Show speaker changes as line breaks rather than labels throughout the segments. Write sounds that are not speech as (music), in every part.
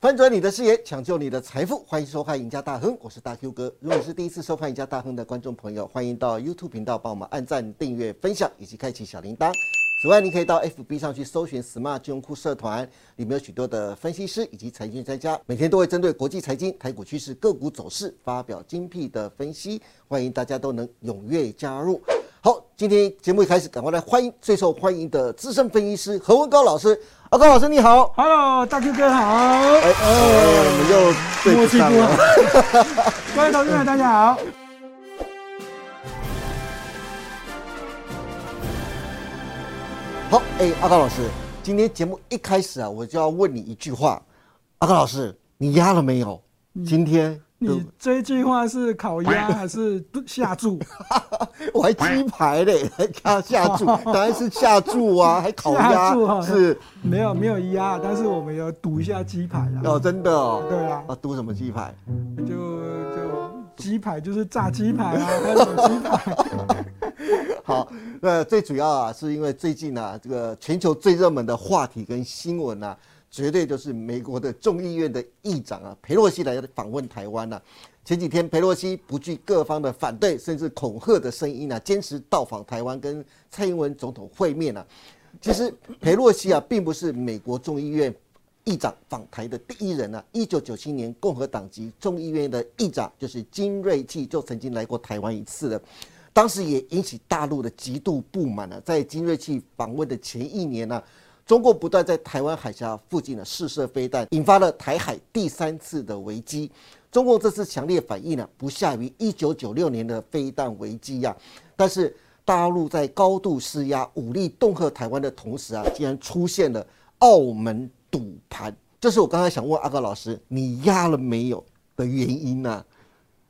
翻转你的视野，抢救你的财富，欢迎收看《赢家大亨》，我是大 Q 哥。如果是第一次收看《赢家大亨》的观众朋友，欢迎到 YouTube 频道帮我们按赞、订阅、分享以及开启小铃铛。此外，您可以到 FB 上去搜寻 “Smart 金融库社团”，里面有许多的分析师以及财经专家，每天都会针对国际财经、台股趋势、个股走势发表精辟的分析，欢迎大家都能踊跃加入。好，今天节目一开始，赶快来欢迎最受欢迎的资深分析师何文高老师。阿高老师，你好。
Hello，大 Q 哥好，
哎，我们又对不上
默
了。
(laughs) 各位投资者大
(laughs)
家好。
好，哎，阿高老师，今天节目一开始啊，我就要问你一句话，阿高老师，你压了没有？今天
你这句话是烤鸭还是下注？
对我还鸡排嘞，还加下注，当然是下注啊，还 (laughs) 烤鸭
下注啊
是
没有没有鸭，但是我们有赌一下鸡排
哦，
啦。
真的哦。
对啊，
啊，赌什么鸡排？
就就鸡排就是炸鸡
(laughs)
排啊，还有什么鸡排？
好，那最主要啊，是因为最近啊，这个全球最热门的话题跟新闻啊，绝对就是美国的众议院的议长啊，佩洛西来访问台湾啊。前几天，佩洛西不惧各方的反对，甚至恐吓的声音啊，坚持到访台湾，跟蔡英文总统会面啊。其实，佩洛西啊，并不是美国众议院议长访台的第一人啊，一九九七年共和党籍众议院的议长就是金瑞气，就曾经来过台湾一次了。当时也引起大陆的极度不满啊。在金瑞气访问的前一年呢、中国不断在台湾海峡附近的啊试射飞弹，引发了台海第三次的危机。中共这次强烈反应呢、不下于一九九六年的飞弹危机呀、但是大陆在高度施压、武力恫吓台湾的同时啊，竟然出现了澳门赌盘，这是我刚才想问阿高老师，你压了没有的原因呢、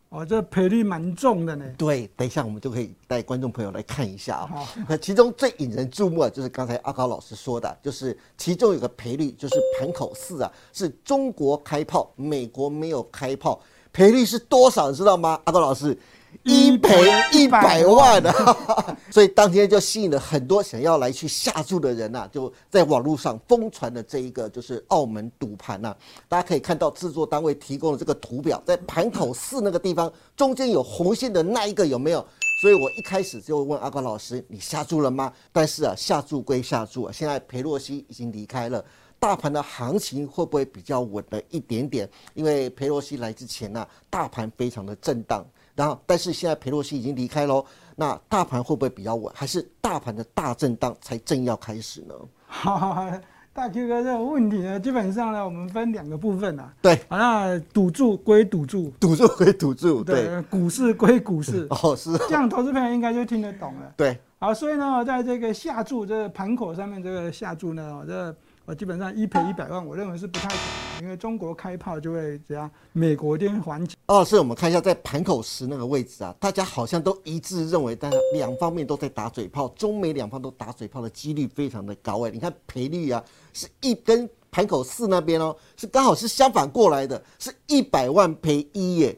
哦，这赔率蛮重的呢。 (laughs)
对，等一下我们就可以带观众朋友来看一下啊、
好
那其中最引人注目啊，就是刚才阿高老师说的，就是其中有个赔率，就是盘口四啊，是中国开炮，美国没有开炮，赔率是多少？你知道吗？阿高老师，一赔一百万啊！ (laughs) 所以当天就吸引了很多想要来去下注的人呐、啊，就在网络上疯传的这一个就是澳门赌盘呐、大家可以看到制作单位提供的这个图表，在盘口四那个地方中间有红线的那一个有没有？所以我一开始就问阿高老师：“你下注了吗？”但是啊，下注归下注啊，现在裴洛西已经离开了，大盘的行情会不会比较稳了一点点？因为裴洛西来之前呢、大盘非常的震荡，然后但是现在裴洛西已经离开喽，那大盘会不会比较稳？还是大盘的大震荡才正要开始呢？
好好好，大 Q 哥这个问题呢，基本上呢，我们分两个部分啊。
对，
好，那赌注归赌注，呃
赌注归赌注，对，，
股市归股市，
哦是哦，
这样投资朋友应该就听得懂了。
对，
好，所以呢，在这个下注这个盘口上面这个下注呢，我这我基本上一赔一百万，我认为是不太可能，因为中国开炮就会怎样，美国一定会还钱。
哦是，我们看一下在盘口十那个位置啊，大家好像都一致认为，但是两方面都在打嘴炮，中美两方都打嘴炮的几率非常的高哎，你看赔率啊是一跟盘口四那边哦，是刚好是相反过来的，是一百万赔一耶，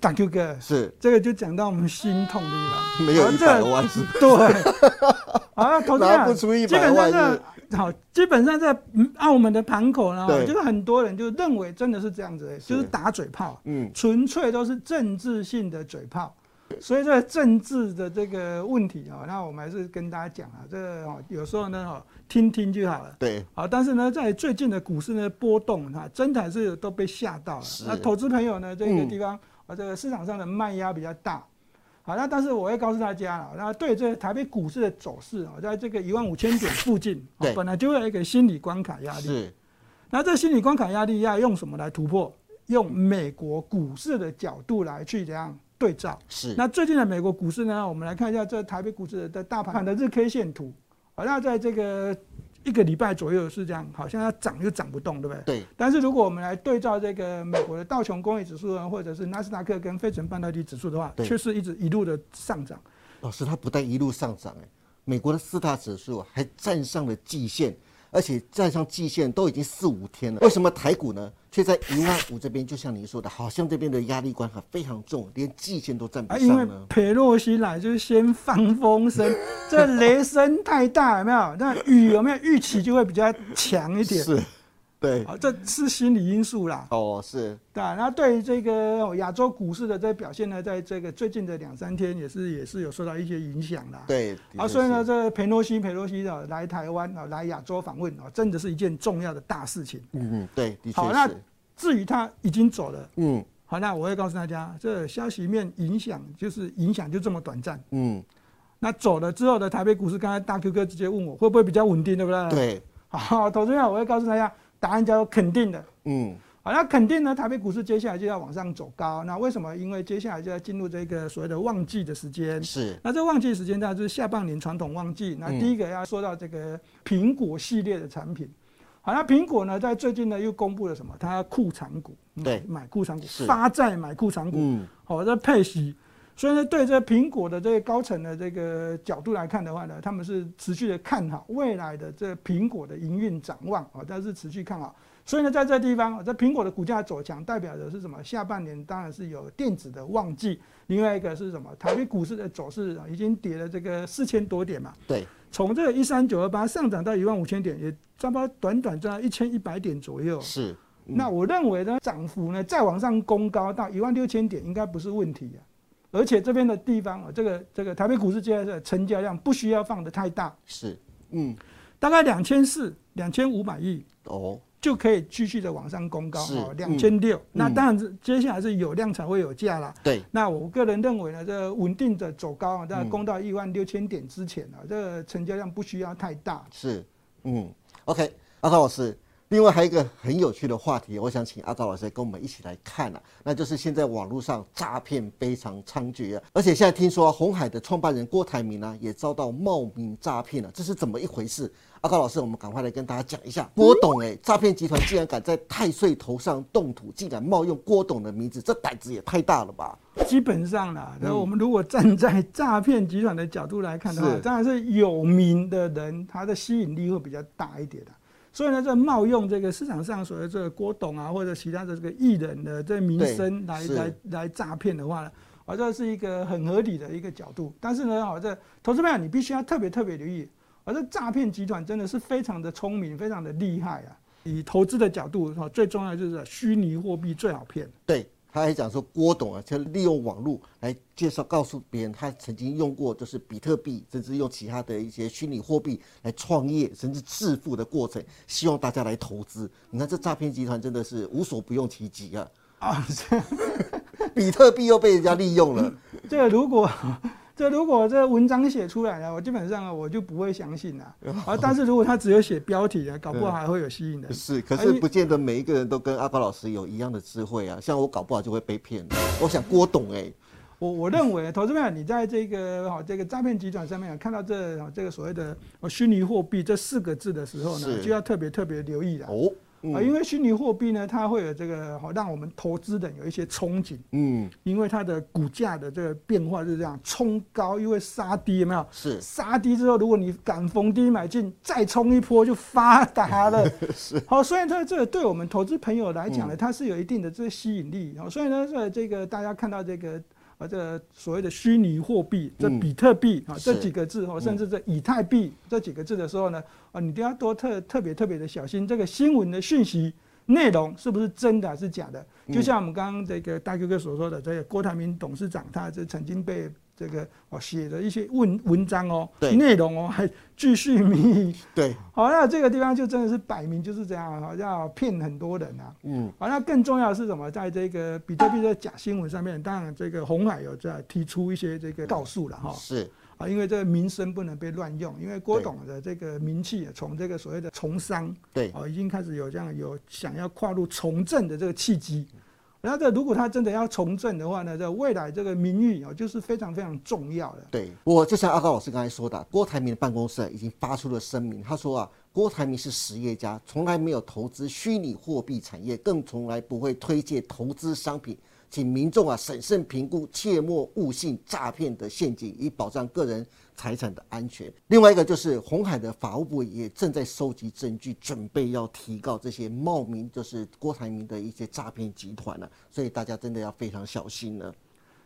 大 Q 哥，
是
这个就讲到我们心痛的地
(laughs)
方，
没有
好
一百。万是 (laughs)
这对，啊，投资
拿
人
不出一
基
百
本上
万
在
是
好，基本上在嗯澳门的盘口呢
对，
就是很多人就认为真的是这样子、就是打嘴炮，
嗯
纯粹都是政治性的嘴炮。所以这个政治的这个问题啊、那我们还是跟大家讲啊，这个哦有时候呢哦听听就好了。
对
好，但是呢，在最近的股市呢波动哈，真的还是都被吓到了
是。嗯
那投资朋友呢，这个地方啊、这个市场上的卖压比较大。好，那但是我会告诉大家了，那对这个台北股市的走势啊，在这个一万五千点附近，啊
对
本来就会有一个心理关卡压力。
是
那这心理关卡压力要用什么来突破？用美国股市的角度来去怎样对照？
是
那最近的美国股市呢，我们来看一下这台北股市的大盘的日 K 线图。好，那在这个一个礼拜左右是这样，好像它涨又涨不动，对不对？
对
但是如果我们来对照这个美国的道琼工业指数呢，或者是纳斯达克跟费城半导体指数的话，
对
却是一直一路的上涨。
老师，它不但一路上涨，哎，美国的四大指数啊还站上了季线，而且站上季线都已经四五天了。为什么台股呢，却在一万五这边？就像您说的，好像这边的压力关卡非常重，连季线都站不
啊，因为
上呢。
佩洛西来就是先放
(laughs)
风声，这雷声太大，有没有？那雨有没有预期就会比较强一
(laughs)
点。
是，对，
好，这是心理因素啦。
哦，是，
对啊，那对于这个哦亚洲股市的这表现呢，在这个最近的两三天也是也是有受到一些影响啦。
对，的
啊，
确
所以呢，
是，
这佩洛西佩洛西啊来台湾啊，来亚洲访问啊，真的是一件重要的大事情。
嗯嗯，对，的
好，
确
那
是，
至于他已经走了，
嗯
好，那我会告诉大家，这呃消息面影响就是影响就这么短暂。
嗯，
那走了之后的台北股市，刚才大 Q 哥直接问我会不会比较稳定，对不对？。
对，
(laughs) 好，投资人我会告诉大家，答案叫做肯定的。
嗯
好，那肯定呢，台北股市接下来就要往上走高。那为什么？因为接下来就要进入这个所谓的旺季的时间。
是，
那这旺季时间，大家就是下半年传统旺季。那
嗯
第一个要说到这个苹果系列的产品。好，那苹果呢，在最近呢又公布了什么？它库藏股，
对
买库藏股，
是
发债买库藏股，
嗯
好、这配息。所以呢，对这苹果的这个高层的这个角度来看的话呢，他们是持续的看好未来的这苹果的营运展望啊，但是持续看好。所以呢，在这地方，哦这苹果的股价走强，代表的是什么？下半年当然是有电子的旺季，另外一个是什么？台北股市的走势啊已经跌了这个四千多点嘛，
对，
从这个一三九二八上涨到一万五千点，也差不多短短赚一千一百点左右。啊
是，嗯
那我认为呢，涨幅呢再往上攻高到一万六千点应该不是问题啊。而且这边的地方啊，这个这个台北股市现在的成交量不需要放得太大，
是，嗯，
大概两千四、两千五百亿
哦，
就可以继续的往上攻高
是
哦，两
嗯
千六。那当然是接下来是有量才会有价啦。
对，
那我个人认为呢，这稳定的走高啊，大概
嗯
攻到一万六千点之前啊，这个成交量不需要太大。
是，嗯，OK，阿高老师，另外还有一个很有趣的话题，我想请阿高老师跟我们一起来看啊，那就是现在网络上诈骗非常猖獗啊，而且现在听说红海的创办人郭台铭呢、也遭到冒名诈骗了，这是怎么一回事？阿高老师，我们赶快来跟大家讲一下。郭董、哎，诈骗集团竟然敢在太岁头上动土，竟敢冒用郭董的名字，这胆子也太大了吧？
基本上啦，
嗯
那我们如果站在诈骗集团的角度来看的话
是，
当然是有名的人，他的吸引力会比较大一点的。所以呢，这冒用这个市场上所谓这个郭董啊，或者其他的这个艺人的这名声
对
来
是
来来诈骗的话呢，啊，这是一个很合理的一个角度。但是呢，啊，这投资朋友你必须要特别特别留意，而这诈骗集团真的是非常的聪明，非常的厉害啊。以投资的角度，哦哈，最重要的就是虚拟货币最好骗。
对，他还讲说郭董啊，就利用网络来介绍告诉别人，他曾经用过就是比特币，甚至用其他的一些虚拟货币来创业，甚至致富的过程，希望大家来投资。你看这诈骗集团真的是无所不用其极啊！ (laughs)
啊，
比特币又被人家利用了，
这个如果这如果这文章写出来了，我基本上啊我就不会相信了。
哦
啊，但是如果他只有写标题啊，搞不好还会有吸引人。
是，可
哎
是不见得每一个人都跟阿高老师有一样的智慧啊。像我搞不好就会被骗。我想郭董哎、
我我认为，投资朋友，你在这个好这个诈骗集团上面啊看到这哦这个所谓的哦虚拟货币这四个字的时候呢，
是
就要特别特别留意了。
哦，
啊，因为虚拟货币呢，它会有这个好让我们投资人有一些憧憬，
嗯，
因为它的股价的这个变化就是这样，冲高又会杀低，有没有？
是
杀低之后，如果你敢逢低买进，再冲一波就发
(laughs)
达了。是，好，所以它这个对我们投资朋友来讲
嗯
呢，它是有一定的这个吸引力。好，所以呢，这这个大家看到这个呃，这个所谓的虚拟货币，这
嗯
比特币啊这
是嗯
几个字，哦，甚至这以太币这几个字的时候呢，啊，你都要多特特别特别的小心这个新闻的讯息。内容是不是真的还是假的？
嗯
就像我们刚刚这个大哥哥所说的，这个郭台铭董事长，他这曾经被这个哦写的一些文文章哦，
对
内容哦还继续迷。
对，
好，那这个地方就真的是摆明就是这样，好要骗很多人啊。
嗯，
好，那更重要的是什么？在这个比特币的假新闻上面，当然这个红海有在提出一些这个告诉了哈。
是
啊，因为这个民生不能被乱用，因为郭
对
董的这个名气也从这个所谓的从商，
对
哦，已经开始有这样有想要跨入从政的这个契机。那这如果他真的要从政的话呢，这未来这个名誉哦，就是非常非常重要的。
对，我就像阿高老师刚才说的，郭台铭的办公室啊已经发出了声明，他说啊，郭台铭是实业家，从来没有投资虚拟货币产业，更从来不会推介投资商品，请民众啊审慎评估，切莫误信诈骗的陷阱，以保障个人财产的安全。另外一个就是红海的法务部也正在收集证据，准备要提告这些冒名就是郭台铭的一些诈骗集团了、啊，所以大家真的要非常小心了。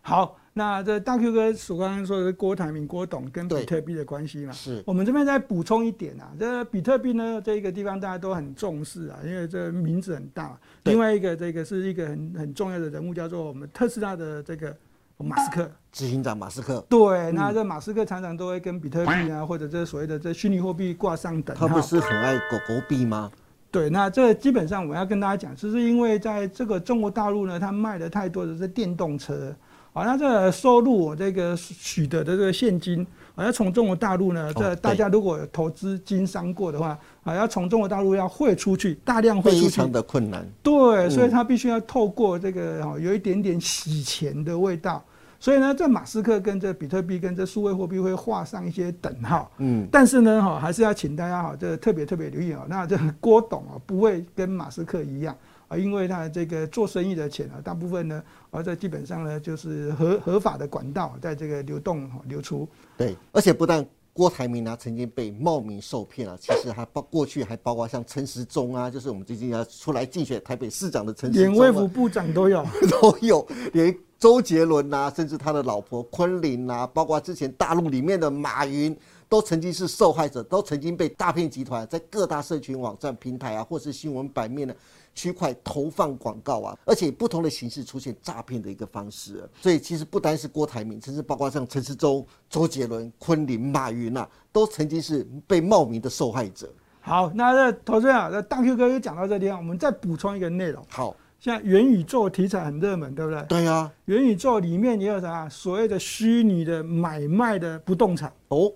好，那这大 Q 哥所刚刚说的是郭台铭、郭董跟
对
比特币的关系嘛，
是
我们这边再补充一点啊，这比特币呢这个地方大家都很重视啊，因为这名字很大。
对
另外一个这个是一个很很重要的人物，叫做我们特斯拉的这个马斯克。
执行长马斯克，
对，
嗯
那这马斯克常常都会跟比特币啊，或者这所谓的这虚拟货币挂上等
他
号
不。是很爱狗狗币吗？
对，那这基本上我要跟大家讲，就是因为在这个中国大陆呢，它卖的太多的是电动车，啊，那这个收入我这个取得的这个现金，啊，要从中国大陆呢，
哦
这
对
大家如果有投资经商过的话，啊，要从中国大陆要汇出去，大量汇
非
出去
常，的困难。
对，所以
嗯
他必须要透过这个哦，有一点点洗钱的味道。所以呢，这马斯克跟这比特币跟这数位货币会画上一些等号。
嗯，
但是呢，哦哈，还是要请大家哈，这个特别特别留意哦。那这个郭董啊，不会跟马斯克一样啊，因为他这个做生意的钱啊，大部分呢，啊，这基本上呢就是合合法的管道在这个流动哈流出。
对，而且不但郭台铭呢、曾经被冒名受骗啊，其实还包过去还包括像陈时中啊，就是我们最近要出来竞选台北市长的陈时
连
中、
卫福
啊，
部长都有，
(laughs) 都有，连周杰伦呐、甚至他的老婆昆凌呐、包括之前大陆里面的马云。都曾经是受害者，都曾经被诈骗集团在各大社群网站平台啊，或是新闻版面呢区块投放广告啊，而且以不同的形式出现诈骗的一个方式啊。所以其实不单是郭台铭，甚至包括像陈世忠、周杰伦、昆凌、马云啊，都曾经是被冒名的受害者。
好，那这投资人啊，这大 Q 哥又讲到这地方，我们再补充一个内容。
好，
现在元宇宙题材很热门，对不对？
对啊，
元宇宙里面也有啥所谓的虚拟的买卖的不动产，
哦，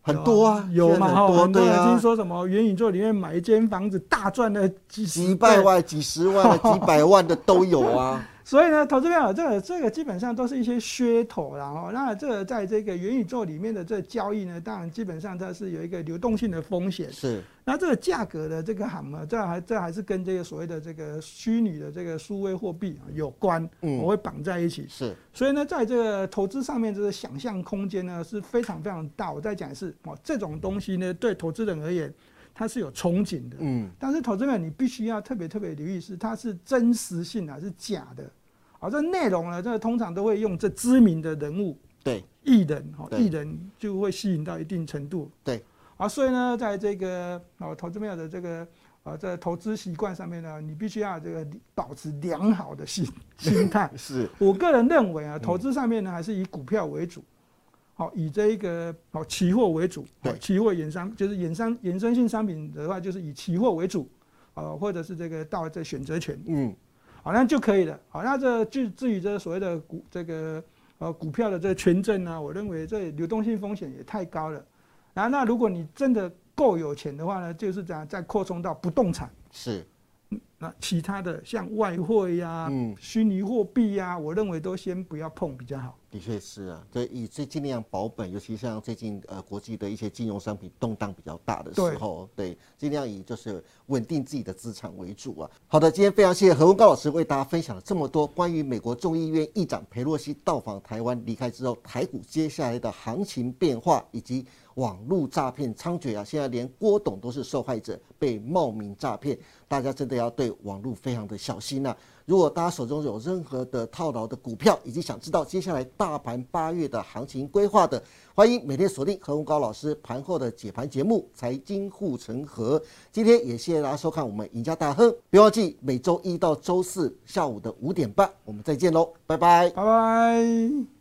很多啊，
有
现
嘛？
在
哈，
很
很
多
多
对
人听
啊，
说什么元宇宙里面买一间房子大赚了几十
几
倍
百，万、几十万的、几百万的都有
(laughs)
啊。
所以呢，投资朋友，这个这个基本上都是一些噱头啦哦。那这个在这个元宇宙里面的这个交易呢，当然基本上它是有一个流动性的风险。
是，
那这个价格的这个行呢，这还这还是跟这个所谓的这个虚拟的这个数位货币啊有关，
嗯
我会绑在一起。
是，
所以呢，在这个投资上面，这个想象空间呢是非常非常大。我再讲一次哦，这种东西呢，对投资人而言，它是有憧憬的。
嗯，
但是投资人你必须要特别特别留意是它是真实性啊还是假的。好、这内容呢，这通常都会用这知名的人物
对，
艺人，哈、
对
艺人就会吸引到一定程度。
对，
啊，所以呢，在这个哦投资朋友的这个呃这投资习惯上面呢，你必须要这个保持良好的心心态。
是，嗯
我个人认为啊，投资上面呢还是以股票为主，好、以这一个好期货为主，好
对
期货衍生就是衍生衍生性商品的话，就是以期货为主，呃，或者是这个到这选择权，
嗯，
好那就可以了。好，那这至至于这所谓的股这个呃股票的这个权证呢、我认为这流动性风险也太高了。然后那如果你真的够有钱的话呢，就是这样再扩充到不动产。
是，
那其他的像外汇呀、
嗯
虚拟货币呀、我认为都先不要碰比较好。
的确是啊，所以以最尽量保本，尤其像最近呃国际的一些金融商品动荡比较大的时候，对，尽量以就是稳定自己的资产为主啊。好的，今天非常谢谢何文高老师为大家分享了这么多关于美国众议院议长佩洛西到访台湾离开之后，台股接下来的行情变化以及网络诈骗猖獗啊，现在连郭董都是受害者，被冒名诈骗，大家真的要对网络非常的小心呐、啊如果大家手中有任何的套牢的股票，以及想知道接下来大盘八月的行情规划的，欢迎每天锁定何鸿高老师盘后的解盘节目《财经护城河》。今天也谢谢大家收看我们赢家大亨，别忘记每周一到周四下午的五点半，我们再见喽，拜拜。
拜拜。